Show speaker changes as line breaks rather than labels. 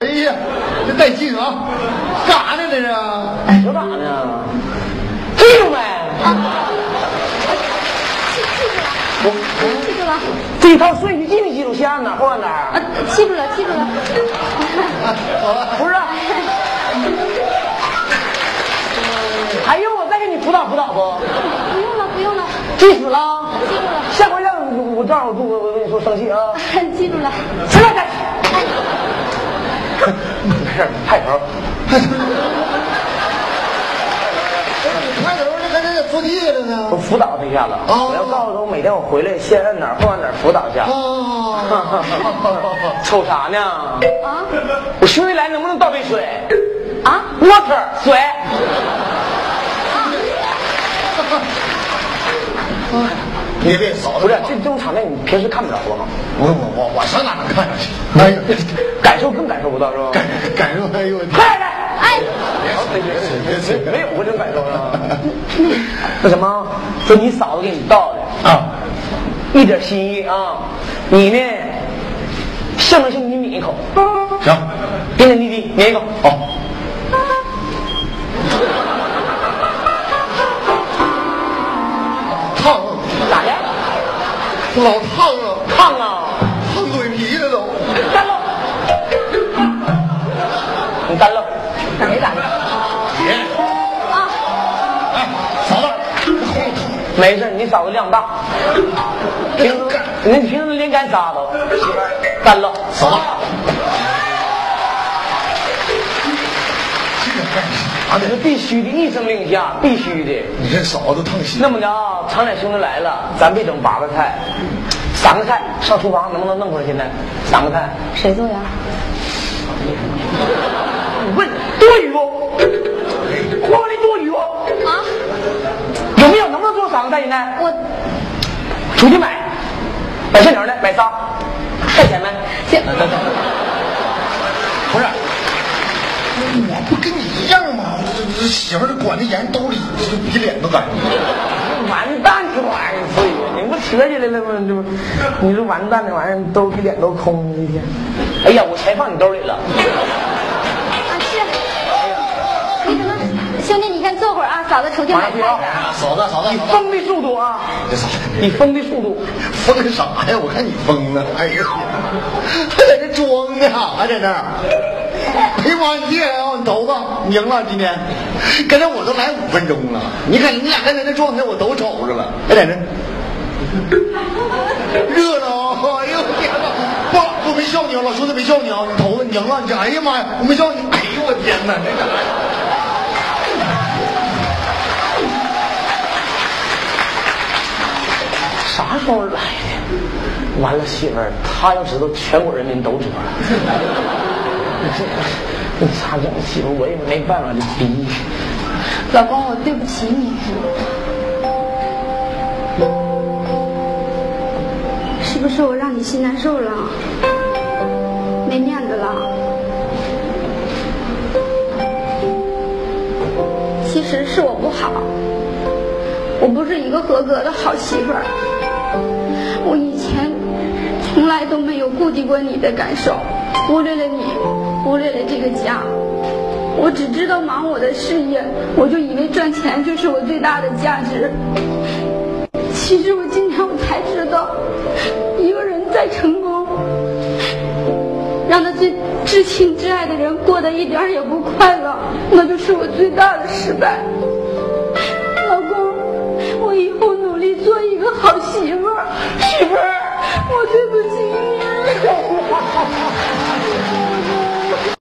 哎呀，这带劲啊！干啥呢？这是？
哎，有咋的呀？记住呗，
我
记住了，
这一套顺序记没记住？先按哪后按哪
啊
儿？，
记住了，记住了。
好了，
不是，还用我再给你辅导辅导不？
不用了，不用了，
记死了，
记住了，
下回让我我让我住，我我跟你说生气啊！
记住了。
起来，干！没事，派头，
你看头这这这坐地下了
我
呢。
辅导他一下子。
哦
我要告诉他，我每天我回来先按哪儿后按哪儿辅导一下。
啊哦，
瞅啥呢？
啊
我兄弟来能不能倒杯水
啊，
？Water 水。
你别嫂子
不是，这这种场面你平时看不着啊，
我我我我上哪能看着去？哎呀，
感受更感受不到是吧？
感感受哎呦，
快点！
哎，
别别
别
别
吹
别，没有过这种感受啊。那什么，说你嫂子给你倒的，
啊，
一点心意啊。你呢，象征性你抿一口，
行，
点点滴滴抿一口。
好，烫了，
咋的？
老烫了，
烫啊！
烫嘴皮了都。
干喽！你干喽！没咋的。
别，哎，嫂子，
没事，你嫂子量大，平时你平时连干啥都，媳妇儿干了，
嫂子，这个干啥
这
呢？
是必须的，一声令下必须的。
你这嫂子烫心
那，么的啊，常远兄弟来了，咱别整八个菜，三个菜上厨房能不能弄出来？现在三个菜，
谁做呀？
你问多余不？锅里多余不？
啊，
有没有？能不能做三个菜？现在
我
出去买，买现成的，买仨，带钱没？
这
不是？我不跟你一样吗？这这媳妇儿管得严，兜里这比脸都干净。
完蛋这玩意儿，所以你不扯起来了吗？这不，你这完蛋这玩意儿，兜比脸都空一天。哎呀，我钱放你兜里了，
啊是，你可能兄弟，你先坐会儿啊，嫂子出去
马上
买
就要
菜。去。
嫂子，嫂子，
你
嫂子，
疯的速度啊！
这嫂子。
你疯的速度，
疯啥哎呀？我看你疯呢！哎呀，还在这装呢，还在那儿。哎呀妈！你这啊，你头发，你赢了今天。刚才我都来五分钟了，你看你俩刚才那状态我都瞅着了，还在那热闹。哎呦我天哪！不，我没笑你啊，老兄弟没笑你啊，你头发你赢了，你这哎呀妈呀，我没笑你，哎呦我天哪，这咋？
啥时候来的？完了，媳妇儿，他要知道全国人民都知道了，这你咋整？媳妇儿，我也没办法，这逼。
老公，我对不起你。是不是我让你心难受了？没面子了？其实是我不好，我不是一个合格的好媳妇儿。我以前从来都没有顾及过你的感受，忽略了你，忽略了这个家。我只知道忙我的事业，我就以为赚钱就是我最大的价值。其实我今天我才知道，一个人再成功，让他最至亲至爱的人过得一点儿也不快乐，那就是我最大的失败。老公，我以后努力做一个好媳妇 儿。媳妇儿，我对不起你。